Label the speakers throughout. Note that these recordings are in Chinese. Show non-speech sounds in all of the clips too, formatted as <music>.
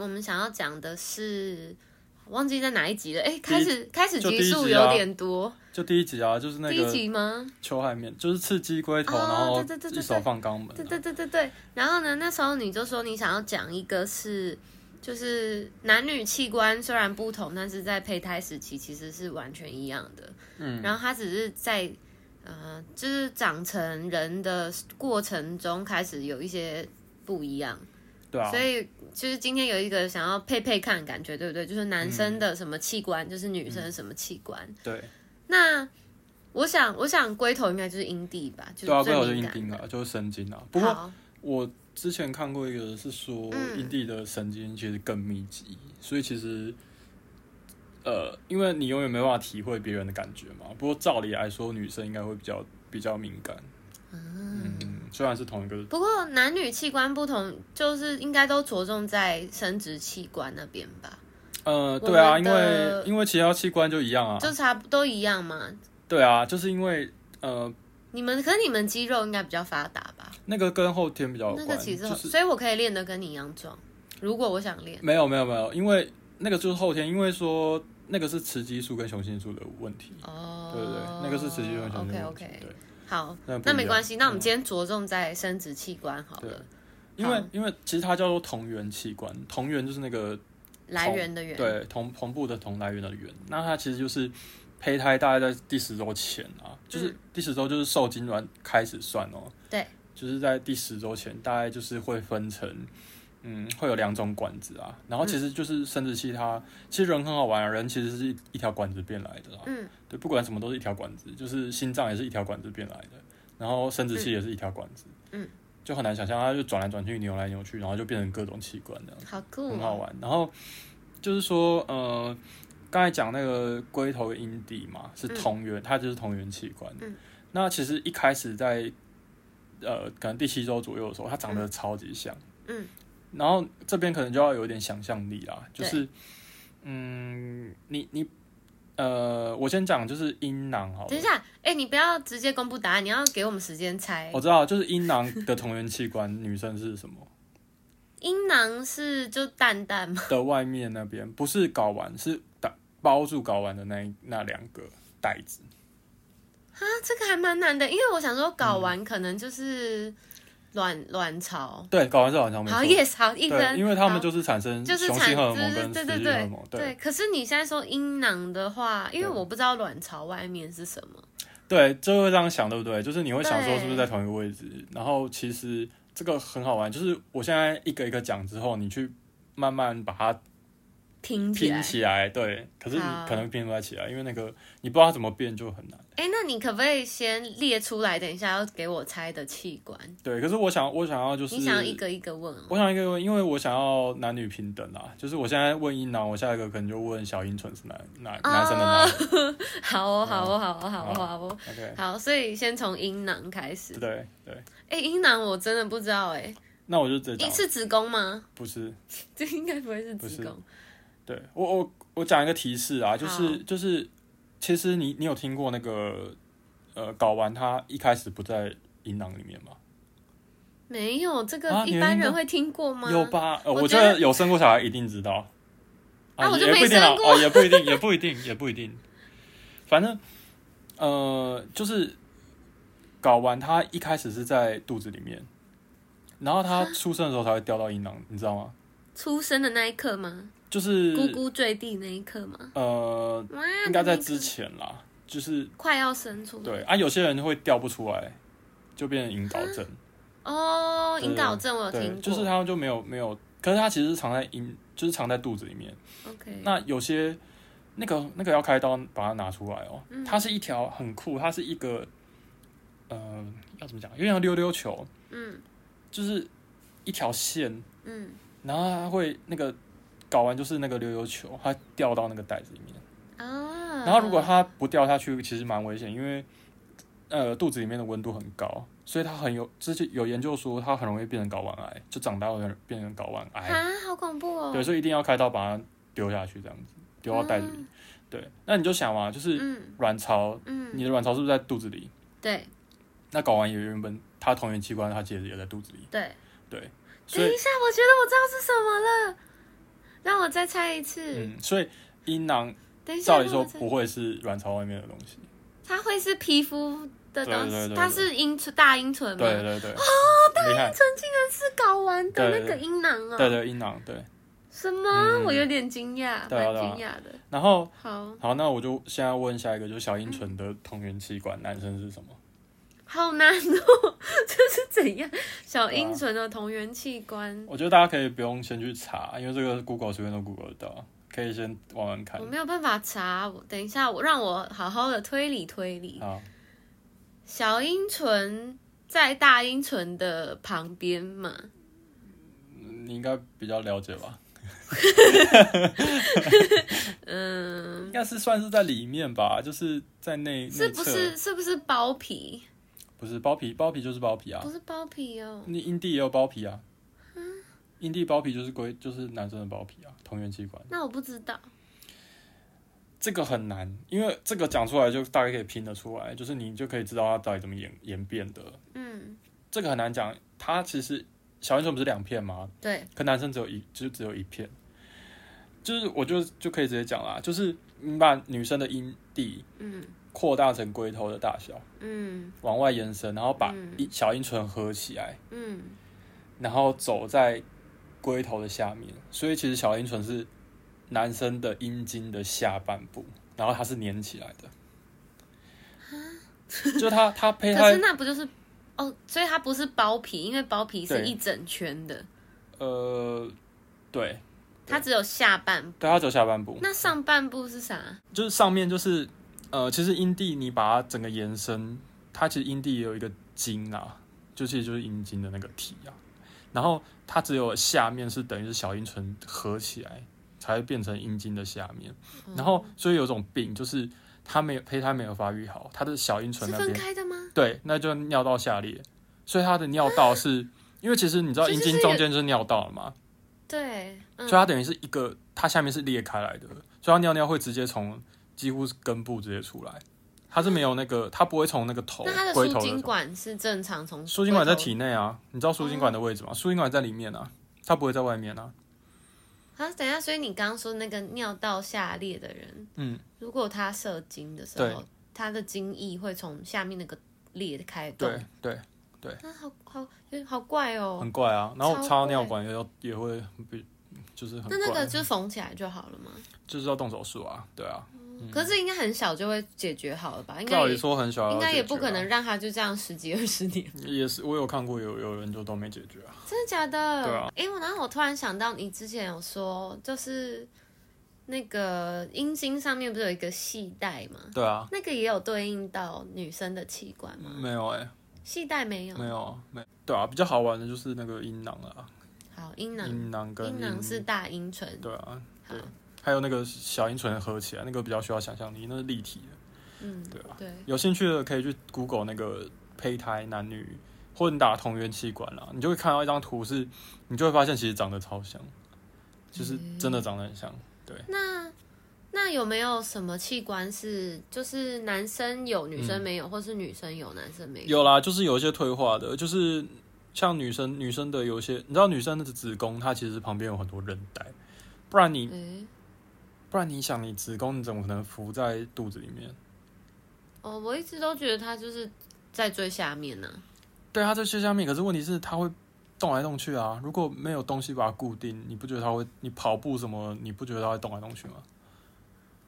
Speaker 1: 我们想要讲的是，忘记在哪一集了。哎，开始开始
Speaker 2: 就第
Speaker 1: 集
Speaker 2: 一集
Speaker 1: 数
Speaker 2: 啊
Speaker 1: 有点多，
Speaker 2: 就第一集啊，就是那
Speaker 1: 第一集
Speaker 2: 个
Speaker 1: 吗？
Speaker 2: 球海绵，就是刺激龟头，
Speaker 1: 哦
Speaker 2: 然后
Speaker 1: 对对对对
Speaker 2: 一手
Speaker 1: 对
Speaker 2: 放肛门啊、
Speaker 1: 对对对对对。然后呢，那时候你就说你想要讲一个是，就是男女器官虽然不同，但是在胚胎时期其实是完全一样的。嗯，然后它只是在呃，就是长成人的过程中开始有一些不一样。
Speaker 2: 对啊
Speaker 1: 所，以就是今天有一个想要配配看的感觉，对不对？就是男生的什么器官，就是女生什么器官。
Speaker 2: 对
Speaker 1: 那我想，我想龟头应该就是阴蒂吧，就
Speaker 2: 对啊，
Speaker 1: 是
Speaker 2: 龟头
Speaker 1: 最
Speaker 2: 就
Speaker 1: 敏
Speaker 2: 阴
Speaker 1: 感
Speaker 2: 茎
Speaker 1: 的。
Speaker 2: 啊，就是神经啊。不过
Speaker 1: 好嗯
Speaker 2: 我之前看过一个是说，阴蒂的神经其实更密集，所以其实。呃，因为你永远没办法体会别人的感觉嘛。不过照理来说，女生应该会比较比较敏感。
Speaker 1: 啊
Speaker 2: 嗯，虽然是同一个
Speaker 1: 不过男女器官不同，就是应该都着重在生殖器官那边吧，
Speaker 2: 呃，
Speaker 1: 我
Speaker 2: 对
Speaker 1: 们
Speaker 2: 啊，因
Speaker 1: 的
Speaker 2: 为因为其他器官就一样啊，
Speaker 1: 就差不都一样嘛。
Speaker 2: 对啊，就是因为呃，
Speaker 1: 你们可是你们肌肉应该比较发达吧？
Speaker 2: 那个跟后天比较有
Speaker 1: 那
Speaker 2: 关，
Speaker 1: 个其实，
Speaker 2: 哦就是
Speaker 1: 所以我可以练得跟你一样壮，如果我想练。
Speaker 2: 没有没有没有，因为那个就是后天，因为说那个是雌激素跟雄性素的问题，
Speaker 1: 哦，
Speaker 2: 对对对，那个是雌激素跟雄性素
Speaker 1: OK
Speaker 2: 的问题
Speaker 1: OK，
Speaker 2: 对，
Speaker 1: 哦好，
Speaker 2: 那不一
Speaker 1: 那
Speaker 2: 样
Speaker 1: 没关系。那我们
Speaker 2: 嗯
Speaker 1: 今天着重在生殖器官好了，
Speaker 2: 因为因为其实它叫做同源器官，同源就是那个
Speaker 1: 来源的源。
Speaker 2: 对同同步的同来源的源，那它其实就是。胚胎大概在第十周前啊，就是第十周就是受精卵开始算哦，
Speaker 1: 嗯对，
Speaker 2: 就是在第十周前，大概就是会分成，嗯，会有两种管子啊。然后
Speaker 1: 嗯
Speaker 2: 其实就是生殖器它，其实人很好玩啊，人其实是一一条管子变来的啦。啊
Speaker 1: 嗯，
Speaker 2: 对，不管什么都是一条管子，就是心脏也是一条管子变来的，然后生殖器也是一条管子。
Speaker 1: 嗯，
Speaker 2: 就很难想象它就转来转去、扭来扭去，然后就变成各种器官这样，
Speaker 1: 好酷、
Speaker 2: 很
Speaker 1: 哦。
Speaker 2: 好玩。然后就是说，呃，刚才讲那个龟头阴蒂嘛，是同源，它就是同源器官。
Speaker 1: 嗯
Speaker 2: 那其实一开始在呃，可能第七周左右的时候，它长得超级像。
Speaker 1: 嗯
Speaker 2: 然后这边可能就要有一点想象力啦，就
Speaker 1: 对
Speaker 2: 是，嗯，你你呃，我先讲就是阴囊好了
Speaker 1: 等一，下，哎、你不要直接公布答案，你要给我们时间猜
Speaker 2: 我。知道就是阴囊的同源器官，女生
Speaker 1: <laughs>
Speaker 2: 是什么
Speaker 1: 阴囊是就蛋蛋吗？ <laughs>
Speaker 2: 的外面那边不是睾丸，是打包住睾丸的那一那两个袋子，
Speaker 1: 啊，这个还蛮难的，因为我想说睾
Speaker 2: 嗯
Speaker 1: 丸可能就是卵卵巢。
Speaker 2: 对，睾丸是好哦像没
Speaker 1: 好
Speaker 2: 错，
Speaker 1: ，yes，好，一
Speaker 2: 对，
Speaker 1: 根。
Speaker 2: 因为他们
Speaker 1: 好
Speaker 2: 就是产生
Speaker 1: 就是
Speaker 2: 雄
Speaker 1: 产
Speaker 2: 性荷尔
Speaker 1: 对
Speaker 2: 蒙跟
Speaker 1: 对对
Speaker 2: 雌性荷尔
Speaker 1: 对
Speaker 2: 蒙，
Speaker 1: 对。可是你现在说阴囊的话，因为
Speaker 2: 对
Speaker 1: 我不知道卵巢外面是什么。
Speaker 2: 对，就会这样想，对不对？就是你会想说
Speaker 1: 对
Speaker 2: 是不是在同一个位置？然后其实这个很好玩，就是我现在一个一个讲之后，你去慢慢把它
Speaker 1: 听起
Speaker 2: 拼
Speaker 1: 来，
Speaker 2: 起来，对。可是你
Speaker 1: 好
Speaker 2: 可能拼不太起来，因为那个你不知道怎么变就很难。
Speaker 1: 哎、那你可不可以先列出来？等一下要给我猜的器官，
Speaker 2: 对，可是我想，我想要就是
Speaker 1: 你想要一个一个问哦。
Speaker 2: 我想一个问，因为我想要男女平等啊。就是我现在问阴囊，我下一个可能就问小阴唇是男
Speaker 1: 哦
Speaker 2: 男男生的哪里
Speaker 1: 好哦，好哦，好哦，好哦，
Speaker 2: 好
Speaker 1: 好哦。 <laughs>
Speaker 2: ？OK，
Speaker 1: 好，所以先从阴囊开始。
Speaker 2: 对对。
Speaker 1: 哎、阴囊我真的不知道哎、
Speaker 2: 那我就直接
Speaker 1: 诶
Speaker 2: 讲，
Speaker 1: 是子宫吗？
Speaker 2: 不是
Speaker 1: 这应该不会是
Speaker 2: 不
Speaker 1: 子
Speaker 2: 是
Speaker 1: 宫。
Speaker 2: 对我我我讲一个提示啊，就
Speaker 1: 好
Speaker 2: 是就是，其实你你有听过那个呃睾丸它一开始不在阴囊里面吗？
Speaker 1: 没有，这个
Speaker 2: 啊
Speaker 1: 一般
Speaker 2: 你有阴
Speaker 1: 人
Speaker 2: 囊
Speaker 1: 会听过吗？
Speaker 2: 有吧？呃，
Speaker 1: 我
Speaker 2: 我
Speaker 1: 觉
Speaker 2: 觉
Speaker 1: 得
Speaker 2: 得有生过小孩一定知道。
Speaker 1: 啊我就
Speaker 2: 也
Speaker 1: 没
Speaker 2: 不一定啊
Speaker 1: 生过
Speaker 2: 哦，也不一定，也不一定，也不一定。反正呃，就是睾丸它一开始是在肚子里面，然后它出生的时候才会掉到阴囊，你知道吗？
Speaker 1: 出生的那一刻吗？
Speaker 2: 就是
Speaker 1: 咕咕坠地那一刻吗？
Speaker 2: 呃，
Speaker 1: 哇，
Speaker 2: 应该
Speaker 1: 那
Speaker 2: 在
Speaker 1: 一刻
Speaker 2: 之前啦，就是
Speaker 1: 快要生出来。
Speaker 2: 对啊，有些人会掉不出来，就变成引睾症。
Speaker 1: 哦，
Speaker 2: 对
Speaker 1: 引导症我有听
Speaker 2: 对
Speaker 1: 过，，
Speaker 2: 就是他们就没有没有，可是它其实是藏在阴，就是藏在肚子里面。
Speaker 1: OK，
Speaker 2: 那有些那个那个要开刀把它拿出来哦，
Speaker 1: 嗯
Speaker 2: 它是一条很酷，它是一个呃要怎么讲，有点像溜溜球，
Speaker 1: 嗯
Speaker 2: 就是一条线，
Speaker 1: 嗯，
Speaker 2: 然后它会那个搞完就是那个溜溜球，它掉到那个袋子里面。
Speaker 1: 啊，
Speaker 2: 然后如果它不掉下去，其实蛮危险，因为呃肚子里面的温度很高，所以它很有之前有研究说它很容易变成睾丸癌，就长大会变成睾丸癌。
Speaker 1: 啊，好恐怖哦，
Speaker 2: 对，所以一定要开刀把它丢下去，这样子丢到袋子里。对，那你就想嘛，就是
Speaker 1: 嗯
Speaker 2: 卵巢，
Speaker 1: 嗯，
Speaker 2: 你的卵巢是不是在肚子里？
Speaker 1: 对
Speaker 2: 那睾丸也原本它同源器官，它其实也在肚子里。
Speaker 1: 对。
Speaker 2: 对，所
Speaker 1: 等
Speaker 2: 以
Speaker 1: 一下，我觉得我知道是什么了，让我再猜一次。
Speaker 2: 嗯，所以阴囊
Speaker 1: 等一下，
Speaker 2: 照理
Speaker 1: 让
Speaker 2: 说
Speaker 1: 我再
Speaker 2: 不会是卵巢外面的东西。
Speaker 1: 它会是皮肤的东西，
Speaker 2: 对对对对
Speaker 1: 它是阴唇大阴唇吗？
Speaker 2: 对对对，哦，厉害，
Speaker 1: 唇竟然是睾丸的
Speaker 2: 对
Speaker 1: 那
Speaker 2: 对
Speaker 1: 个阴囊哦、
Speaker 2: 对对阴囊对。
Speaker 1: 什么？
Speaker 2: 嗯
Speaker 1: 我有点惊讶，
Speaker 2: 对
Speaker 1: 蛮
Speaker 2: 啊对啊
Speaker 1: 惊讶的。
Speaker 2: 然后
Speaker 1: 好
Speaker 2: 好，那我就现在问下一个，就是小阴
Speaker 1: 嗯
Speaker 2: 唇的同源器官，男生是什么？
Speaker 1: 好难哦， <laughs> 这是怎样？小阴唇的同源器官，
Speaker 2: 我觉得大家可以不用先去查，因为这个 Google 随便都 Google 得到，可以先玩玩看
Speaker 1: 我。没有办法查。我等一下，我让我好好的推理推理。
Speaker 2: 好，
Speaker 1: 小阴唇在大阴唇的旁边嘛？
Speaker 2: 你应该比较了解吧？
Speaker 1: 嗯，
Speaker 2: 应该是算是在里面吧，就是在内
Speaker 1: 是
Speaker 2: 内
Speaker 1: 不
Speaker 2: 侧，
Speaker 1: 是是不是包皮？
Speaker 2: 不是包皮，包皮就是包皮啊
Speaker 1: 不。是包皮哦，
Speaker 2: 你阴蒂也有包皮啊？阴蒂包皮就是归就是男生的包皮啊，同源器官。
Speaker 1: 那我不知道。
Speaker 2: 这个很难，因为这个讲出来就大概可以拼得出来，就是你就可以知道它到底怎么演演变的。
Speaker 1: 嗯，
Speaker 2: 这个很难讲，它其实小阴唇不是两片吗？
Speaker 1: 对，
Speaker 2: 可男生只有一，就只有一片。就是我就就可以直接讲啦，就是你把女生的阴蒂
Speaker 1: 嗯
Speaker 2: 扩大成龟头的大小，
Speaker 1: 嗯
Speaker 2: 往外延伸，然后把
Speaker 1: 嗯
Speaker 2: 一小阴唇合起来，
Speaker 1: 嗯，
Speaker 2: 然后走在龟头的下面，所以其实小阴唇是男生的阴茎的下半部，然后它是粘起来的。就它它胚
Speaker 1: 可
Speaker 2: 胎
Speaker 1: 是那不就是哦？所以它不是包皮，因为包皮是
Speaker 2: 对
Speaker 1: 一整圈的，
Speaker 2: 呃，对，嗯
Speaker 1: 它只有下半。
Speaker 2: 对它只有下半部，
Speaker 1: 那上半部是啥？
Speaker 2: 就是上面就是呃，其实阴蒂你把它整个延伸，它其实阴蒂也有一个茎啊，就其实就是阴茎的那个体啊，然后它只有下面是等于是小阴唇合起来才会变成阴茎的下面。
Speaker 1: 嗯
Speaker 2: 然后所以有种病就是它没有胚胎没有发育好，它的小阴唇
Speaker 1: 是
Speaker 2: 那
Speaker 1: 分
Speaker 2: 边
Speaker 1: 开的吗？
Speaker 2: 对，那就尿道下裂，所以它的尿道是、因为其实你知道
Speaker 1: 所以
Speaker 2: 阴
Speaker 1: 就
Speaker 2: 茎
Speaker 1: 是
Speaker 2: 中
Speaker 1: 有
Speaker 2: 间就是尿道了嘛，
Speaker 1: 对，嗯
Speaker 2: 所以它等于是一个它下面是裂开来的，所以它尿尿会直接从几乎是根部直接出来，它是没有那个它不会从那个头
Speaker 1: 那它的
Speaker 2: 龟
Speaker 1: 输
Speaker 2: 头
Speaker 1: 精
Speaker 2: 的
Speaker 1: 管是正常从
Speaker 2: 输精管在
Speaker 1: 龟头
Speaker 2: 体内啊，你知道输精管的位置
Speaker 1: 嗯
Speaker 2: 吗？输精管在里面啊，它不会在外面啊，
Speaker 1: 啊，等一下，所以你刚刚说那个尿道下裂的人，
Speaker 2: 嗯，
Speaker 1: 如果他射精的时
Speaker 2: 对
Speaker 1: 候，他的精液会从下面那个裂开洞，
Speaker 2: 对对，
Speaker 1: 那好好有好怪哦。
Speaker 2: 很怪啊，然后
Speaker 1: 超
Speaker 2: 插到尿
Speaker 1: 怪
Speaker 2: 管也要也会比就是很
Speaker 1: 那
Speaker 2: 怪。
Speaker 1: 那个就缝起来就好了嘛，
Speaker 2: 就是要动手术啊，对啊，
Speaker 1: 可是应该很小就会解决好了吧？应该
Speaker 2: 照理
Speaker 1: 也
Speaker 2: 说很小要
Speaker 1: 应该也
Speaker 2: 解决
Speaker 1: 不
Speaker 2: 啊
Speaker 1: 可能，让他就这样十几二十
Speaker 2: <laughs>
Speaker 1: 年，
Speaker 2: 也是我有看过有有人就都没解决啊，
Speaker 1: 真的假的？
Speaker 2: 对啊。
Speaker 1: 哎、我然后我突然想到，你之前有说就是那个阴茎上面不是有一个系带吗？
Speaker 2: 对啊，
Speaker 1: 那个也有对应到女生的器官吗？
Speaker 2: 没有哎、
Speaker 1: 系带没有。
Speaker 2: 没有啊没对啊，比较好玩的就是那个阴囊啊，
Speaker 1: 好，阴囊，
Speaker 2: 阴囊跟
Speaker 1: 阴囊是大阴唇。
Speaker 2: 对啊
Speaker 1: 好
Speaker 2: 对，还有那个小阴唇合起来，那个比较需要想象力，那是立体的，
Speaker 1: 嗯，
Speaker 2: 对啊，
Speaker 1: 对，
Speaker 2: 有兴趣的可以去 Google 那个胚胎男女混打同源器官啦，你就会看到一张图是，你就会发现其实长得超像，就是
Speaker 1: 嗯
Speaker 2: 真的长得很像，
Speaker 1: 那那有没有什么器官是就是男生有女生没有，或是女生有男生没有？
Speaker 2: 嗯有啦，就是有一些退化的，就是像女生女生的有一些，你知道女生的子宫它其实旁边有很多韧带，不然你
Speaker 1: 诶
Speaker 2: 不然你想你子宫你怎么可能浮在肚子里面？
Speaker 1: 哦，我一直都觉得他就是在最下面啊呢、
Speaker 2: 对，啊它在最下面，可是问题是它会动来动去啊。如果没有东西把它固定，你不觉得它会？你跑步什么，你不觉得它会动来动去吗？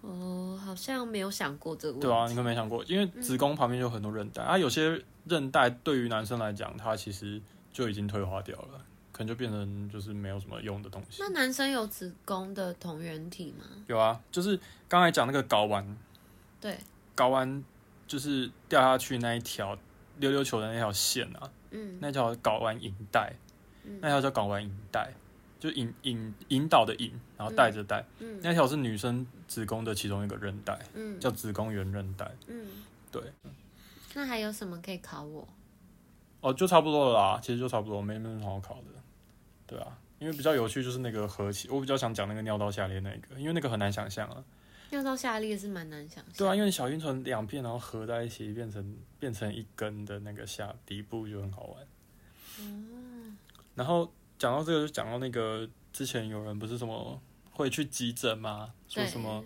Speaker 1: 哦，好像没有想过这个问题。
Speaker 2: 对啊，你可没想过，因为子宫旁边有很多韧
Speaker 1: 嗯
Speaker 2: 带、啊，有些韧带对于男生来讲，它其实就已经退化掉了，可能就变成就是没有什么用的东西
Speaker 1: 那。男生有子宫的同源体吗？
Speaker 2: 有啊，就是刚才讲那个睾丸，
Speaker 1: 对，
Speaker 2: 睾丸就是掉下去那一条溜溜球的那条线啊，
Speaker 1: 嗯
Speaker 2: 那条睾丸引带，
Speaker 1: 嗯
Speaker 2: 那条叫睾丸引带，就引引引导的引，然后带着带，
Speaker 1: 嗯
Speaker 2: 那条是女生子宫的其中一个韧带，
Speaker 1: 嗯
Speaker 2: 叫子宫圆韧带。
Speaker 1: 嗯，
Speaker 2: 对，
Speaker 1: 那还有什么可以考我？
Speaker 2: 哦，就差不多了啦，其实就差不多，没没什么好考的。对啊，因为比较有趣就是那个合起，我比较想讲那个尿道下裂那个，因为那个很难想象啊。
Speaker 1: 尿道下裂是蛮难想象。
Speaker 2: 对啊，因为小阴唇两片然后合在一起变成变成一根的那个下底部就很好
Speaker 1: 啊
Speaker 2: 玩。然后讲到这个，就讲到那个之前有人不是什么会去急诊嘛，说
Speaker 1: 对
Speaker 2: 什么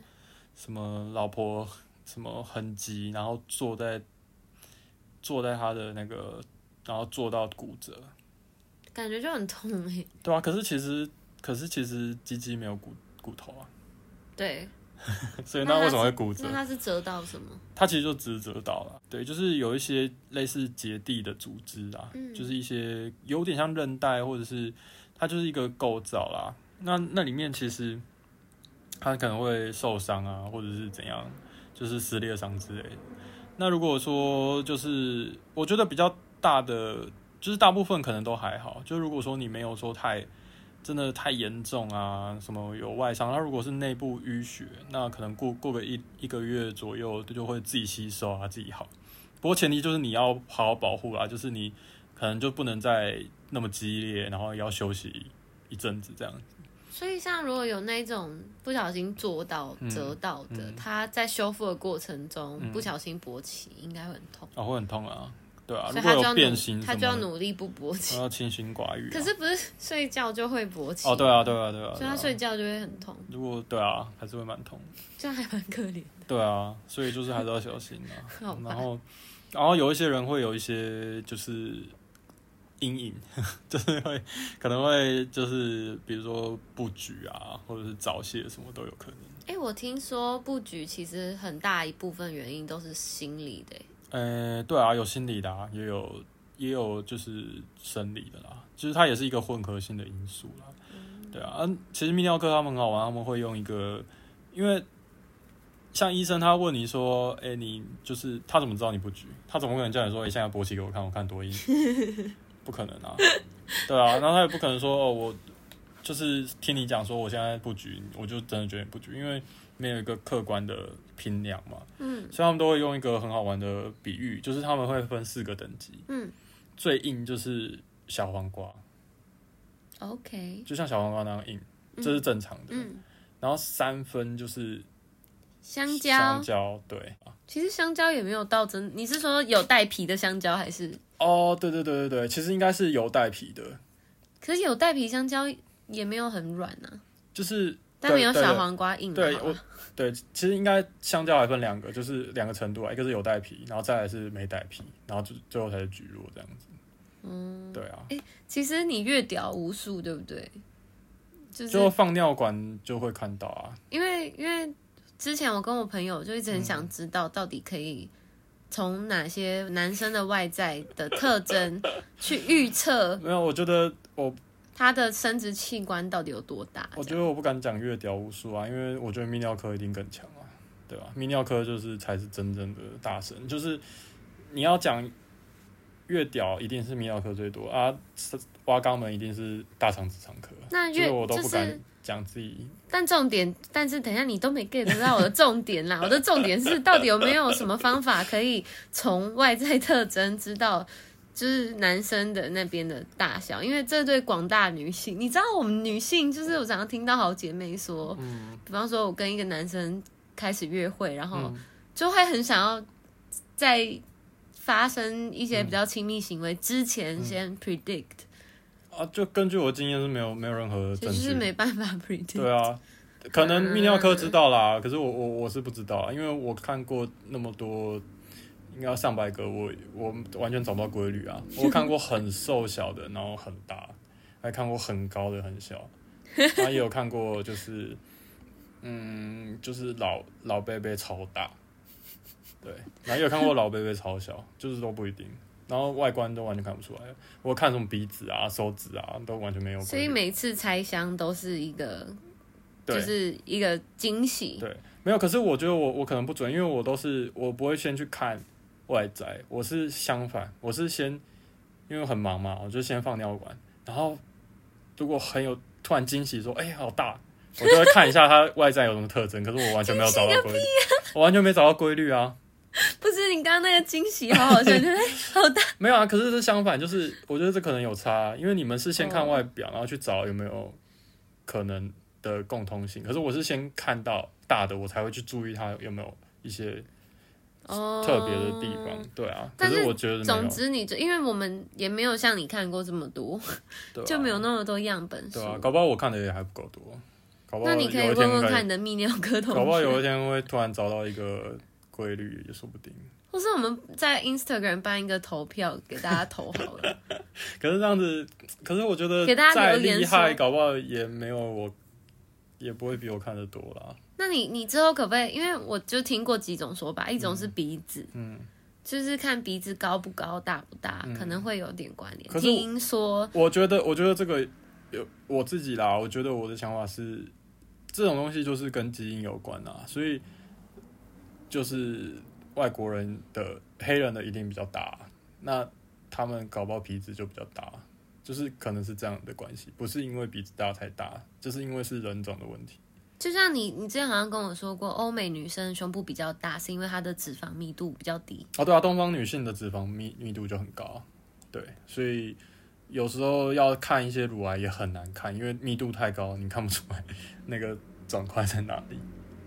Speaker 2: 什么老婆什么很急，然后坐在坐在他的那个，然后坐到骨折，
Speaker 1: 感觉就很痛哎、
Speaker 2: 对啊，可是其实可是其实鸡鸡没有骨骨头啊，
Speaker 1: 对，
Speaker 2: 所以
Speaker 1: 那
Speaker 2: 那
Speaker 1: 它
Speaker 2: 为什么
Speaker 1: 是
Speaker 2: 会骨折
Speaker 1: 那？它是折到什么？
Speaker 2: 它其实就只是折到了，对，就是有一些类似结缔的组织啊，
Speaker 1: 嗯
Speaker 2: 就是一些有点像韧带或者是它就是一个构造啦。那那里面其实它可能会受伤啊，或者是怎样，就是撕裂伤之类的。那如果说就是我觉得比较大的，就是大部分可能都还好。就如果说你没有说太真的太严重啊，什么有外伤，那如果是内部淤血，那可能过过个一一个月左右就会自己吸收啊，自己好。不过前提就是你要好好保护啦，啊就是你可能就不能再那么激烈，然后也要休息一阵子这样。
Speaker 1: 所以像如果有那种不小心做到
Speaker 2: 嗯
Speaker 1: 折到的，
Speaker 2: 嗯
Speaker 1: 它在修复的过程中
Speaker 2: 嗯
Speaker 1: 不小心勃起，应该会很痛。
Speaker 2: 啊、会很痛啊，对啊。
Speaker 1: 所
Speaker 2: 如
Speaker 1: 以
Speaker 2: 果
Speaker 1: 他就
Speaker 2: 有
Speaker 1: 要
Speaker 2: 变形
Speaker 1: 努，
Speaker 2: 什
Speaker 1: 他
Speaker 2: 么
Speaker 1: 就要
Speaker 2: 的，
Speaker 1: 努力不勃起。
Speaker 2: 要清心寡欲、
Speaker 1: <laughs>
Speaker 2: 啊。
Speaker 1: 可是不是睡觉就会勃起
Speaker 2: 哦，对啊，对啊，对啊。
Speaker 1: 所以
Speaker 2: 对
Speaker 1: 他
Speaker 2: 啊
Speaker 1: 睡觉就会很痛，
Speaker 2: 如果对啊，还是会蛮痛的。
Speaker 1: 这样还蛮可怜。。
Speaker 2: 对啊，所以就是还是要小心啊
Speaker 1: <laughs> 好吧
Speaker 2: 然后，然后有一些人会有一些就是阴影， <laughs> 就是会可能会就是比如说布局啊，或者是早泄什么都有可能。
Speaker 1: 哎、我听说布局其实很大一部分原因都是心理的、欸，
Speaker 2: 呃，对啊，有心理的、啊，也有也有就是生理的啦，就是它也是一个混合性的因素啦。对啊，嗯、其实泌尿科他们很好玩，他们会用一个，因为像医生他问你说，哎、你就是他怎么知道你不举？他怎么可能叫你说，哎、现在勃起给我看，我看多硬？不可能啊，对啊，然后他也不可能说，哦，我就是听你讲说我现在不举，我就真的觉得你不举，因为没有一个客观的评量嘛。
Speaker 1: 嗯
Speaker 2: 所以他们都会用一个很好玩的比喻，就是他们会分四个等级，
Speaker 1: 嗯
Speaker 2: 最硬就是小黄瓜，
Speaker 1: 欸，OK，
Speaker 2: 就像小黄瓜那样硬，这是正常的。
Speaker 1: 嗯，
Speaker 2: 然后三分就是
Speaker 1: 香蕉，
Speaker 2: 香蕉，对，
Speaker 1: 其实香蕉也没有到真，你是说有带皮的香蕉还是？
Speaker 2: 哦，对对对对对，其实应该是有带皮的，
Speaker 1: 可是有带皮香蕉也没有很软啊，
Speaker 2: 就是
Speaker 1: 但没有
Speaker 2: 对对
Speaker 1: 小黄瓜硬啊。
Speaker 2: 对
Speaker 1: 好吧
Speaker 2: 我对，其实应该香蕉还分两个，就是两个程度啊，一个是有带皮，然后再来是没带皮，然后最最后才是菊若这样子。嗯，对啊，
Speaker 1: 其实你越屌无数，对不对？就是
Speaker 2: 就放尿管就会看到啊，
Speaker 1: 因为因为之前我跟我朋友就一直很想知道，到底可以从哪些男生的外在的特征去预测
Speaker 2: 没有，我觉得我
Speaker 1: 他的生殖器官到底有多大。
Speaker 2: 我
Speaker 1: 啊
Speaker 2: 觉
Speaker 1: 这样
Speaker 2: 得我不敢讲越屌无数啊，因为我觉得泌尿科一定更强啊，对吧、泌尿科就是才是真正的大神，就是你要讲越屌，一定是泌尿科最多啊，是挖肛门一定是大肠直肠科，
Speaker 1: 那
Speaker 2: 所
Speaker 1: 越
Speaker 2: 以我都
Speaker 1: 就
Speaker 2: 不
Speaker 1: 是
Speaker 2: 敢，讲自己。
Speaker 1: 但重点，但是等一下你都没 get 得到我的重点啦。我的重点是到底有没有什么方法可以从外在特征知道。就是男生的那边的大小，因为这对广大女性，你知道我们女性就是我常常听到好姐妹说，
Speaker 2: 嗯，
Speaker 1: 比方说，我跟一个男生开始约会，然后就会很想要在发生一些比较亲密行为之前
Speaker 2: 嗯
Speaker 1: 先 predict，、
Speaker 2: 啊，就根据我的经验是没有没有任何
Speaker 1: 其
Speaker 2: 证
Speaker 1: 实是
Speaker 2: 据，
Speaker 1: 没办法 predict。
Speaker 2: 对啊。可能泌尿科知道啦，可是我我我是不知道啊，因为我看过那么多，应该要上百个，我我完全找不到规律啊。我看过很瘦小的，然后很大，还看过很高的很小，然后也有看过就是， <laughs> 嗯，就是老老贝贝超大，对，然后也有看过老贝贝超小，就是都不一定。然后外观都完全看不出来，我看什么鼻子啊、手指啊，都完全没有规律。
Speaker 1: 所以每次拆箱都是一个，
Speaker 2: 对
Speaker 1: 就是一个惊喜。
Speaker 2: 对，没有。可是我觉得我我可能不准，因为我都是我不会先去看外在，我是相反，我是先因为我很忙嘛，我就先放尿管，然后如果很有突然惊喜说，哎、好大，我就会看一下它外在有什么特征。可是我完全没有找到规律，我完全没找到规律啊，
Speaker 1: 不是你刚刚那个惊喜好
Speaker 2: <laughs>
Speaker 1: 好笑，就是哎好大，
Speaker 2: 没有啊。可是这相反，就是我觉得这可能有差啊，因为你们是先看
Speaker 1: 哦
Speaker 2: 外表，然后去找有没有可能的共通性。可是我是先看到大的，我才会去注意它有没有一些。
Speaker 1: 哦，
Speaker 2: 特别的地方，。对啊。可
Speaker 1: 但是
Speaker 2: 我觉得没有，
Speaker 1: 哦总之，你就因为我们也没有像你看过这么多， <laughs>
Speaker 2: 对啊啊
Speaker 1: 就没有那么多样本数。
Speaker 2: 对啊，搞不好我看的也还不够多。搞不
Speaker 1: 那
Speaker 2: 好有
Speaker 1: 你
Speaker 2: 一
Speaker 1: 可
Speaker 2: 天
Speaker 1: 以问问看
Speaker 2: 可
Speaker 1: 你的泌尿科
Speaker 2: 以，搞不
Speaker 1: 同
Speaker 2: 好有
Speaker 1: 学，
Speaker 2: 一天会突然找到一个规律也说不定。
Speaker 1: 或是我们在 Instagram 办一个投票给大家投好了。
Speaker 2: 可是这样子，可是我觉得
Speaker 1: 给大家
Speaker 2: 再
Speaker 1: 留言
Speaker 2: 厉害，
Speaker 1: 说
Speaker 2: 搞不好也没有我，也不会比我看的多啦。
Speaker 1: 那你你之后可不可以？因为我就听过几种说法，一种是鼻子，
Speaker 2: 嗯，
Speaker 1: 就是看鼻子高不高、大不大，可能会有点关联。
Speaker 2: 可是我
Speaker 1: 听说，
Speaker 2: 我觉得，我觉得这个有我自己啦，我觉得我的想法是，这种东西就是跟基因有关啦，所以就是外国人的黑人的一定比较大，那他们搞不好鼻子就比较大，就是可能是这样的关系，不是因为鼻子大才大，就是因为是人种的问题。
Speaker 1: 就像你你之前好像跟我说过，欧美女生胸部比较大，是因为她的脂肪密度比较低。
Speaker 2: 哦，对啊，东方女性的脂肪密密度就很高，对，所以有时候要看一些乳癌也很难看，因为密度太高，你看不出来那个肿块在哪里，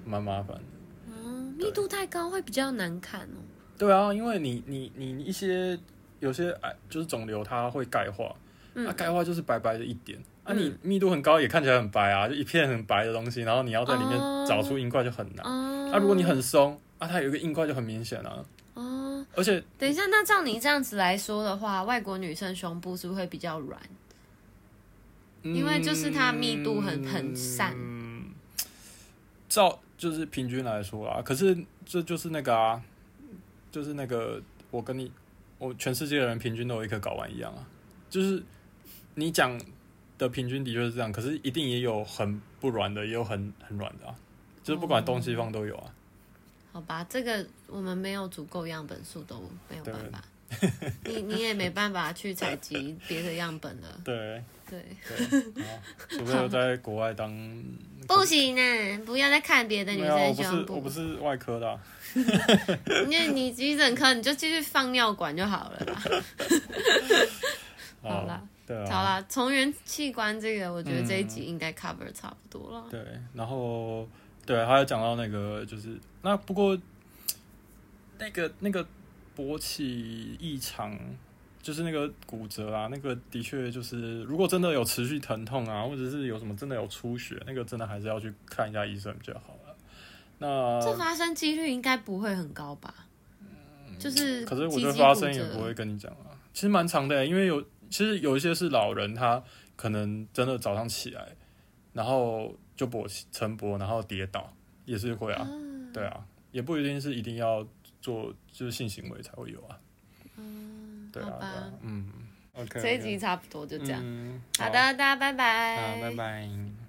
Speaker 2: 蛮麻烦的。
Speaker 1: 嗯，密度太高会比较难看哦。
Speaker 2: 对啊，因为你你你一些有些癌就是肿瘤，它会钙化，那、
Speaker 1: 嗯
Speaker 2: 钙化就是白白的一点。啊，你密度很高也看起来很白啊，就一片很白的东西，然后你要在里面
Speaker 1: 哦
Speaker 2: 找出硬块就很难。
Speaker 1: 哦，
Speaker 2: 啊，如果你很松，啊，它有一个硬块就很明显啊，
Speaker 1: 哦，
Speaker 2: 而且
Speaker 1: 等一下，那照你这样子来说的话，外国女生胸部是不是会比较软？因为就是它密度很很散
Speaker 2: 嗯，照就是平均来说啊，可是这就是那个啊，就是那个我跟你，我全世界的人平均都有一颗睾丸一样啊，就是你讲的平均的确是这样，可是一定也有很不软的，也有很很软的啊，就是不管东西方都有
Speaker 1: 哦
Speaker 2: 啊。
Speaker 1: 好吧，这个我们没有足够样本数，都没有
Speaker 2: 对 <laughs>
Speaker 1: 办法。你你也没办法去采集别的样本了，
Speaker 2: 对
Speaker 1: 对，
Speaker 2: 对，好除非我在国外当，
Speaker 1: 不行呢，不要再看别的女
Speaker 2: 嗯没有啊，
Speaker 1: 生
Speaker 2: 我不
Speaker 1: 胸
Speaker 2: 是我
Speaker 1: 部
Speaker 2: 不，是外科的啊、
Speaker 1: <laughs> 因为你急诊科你就继续放尿管就好了啦。好啦
Speaker 2: 哦，对啊，嗯
Speaker 1: 好啦，从源器官这个，我觉得这一集应该 cover 差不多了。
Speaker 2: 对，然后对，还有讲到那个就是那不过那个那个勃起异常，就是那个骨折啊，那个的确就是如果真的有持续疼痛啊，或者是有什么真的有出血，那个真的还是要去看一下医生比较好了。
Speaker 1: 这
Speaker 2: 那
Speaker 1: 发生几率应该不会很高吧？就是
Speaker 2: 嗯可是我
Speaker 1: 鸡
Speaker 2: 觉得
Speaker 1: 鸡
Speaker 2: 发
Speaker 1: 骨
Speaker 2: 生也
Speaker 1: 折
Speaker 2: 不会跟你讲啊，其实蛮长的、因为有其实有一些是老人，他可能真的早上起来，然后就勃起晨勃，然后跌倒也是会啊。
Speaker 1: 啊，
Speaker 2: 对啊，也不一定是一定要做就是性行为才会有啊。
Speaker 1: 嗯
Speaker 2: 对啊，
Speaker 1: 好
Speaker 2: 对啊
Speaker 1: 吧，
Speaker 2: 嗯，OK，
Speaker 1: 这一集差不多就这样。
Speaker 2: 嗯，
Speaker 1: 好的，大家拜拜，
Speaker 2: 好，那拜拜。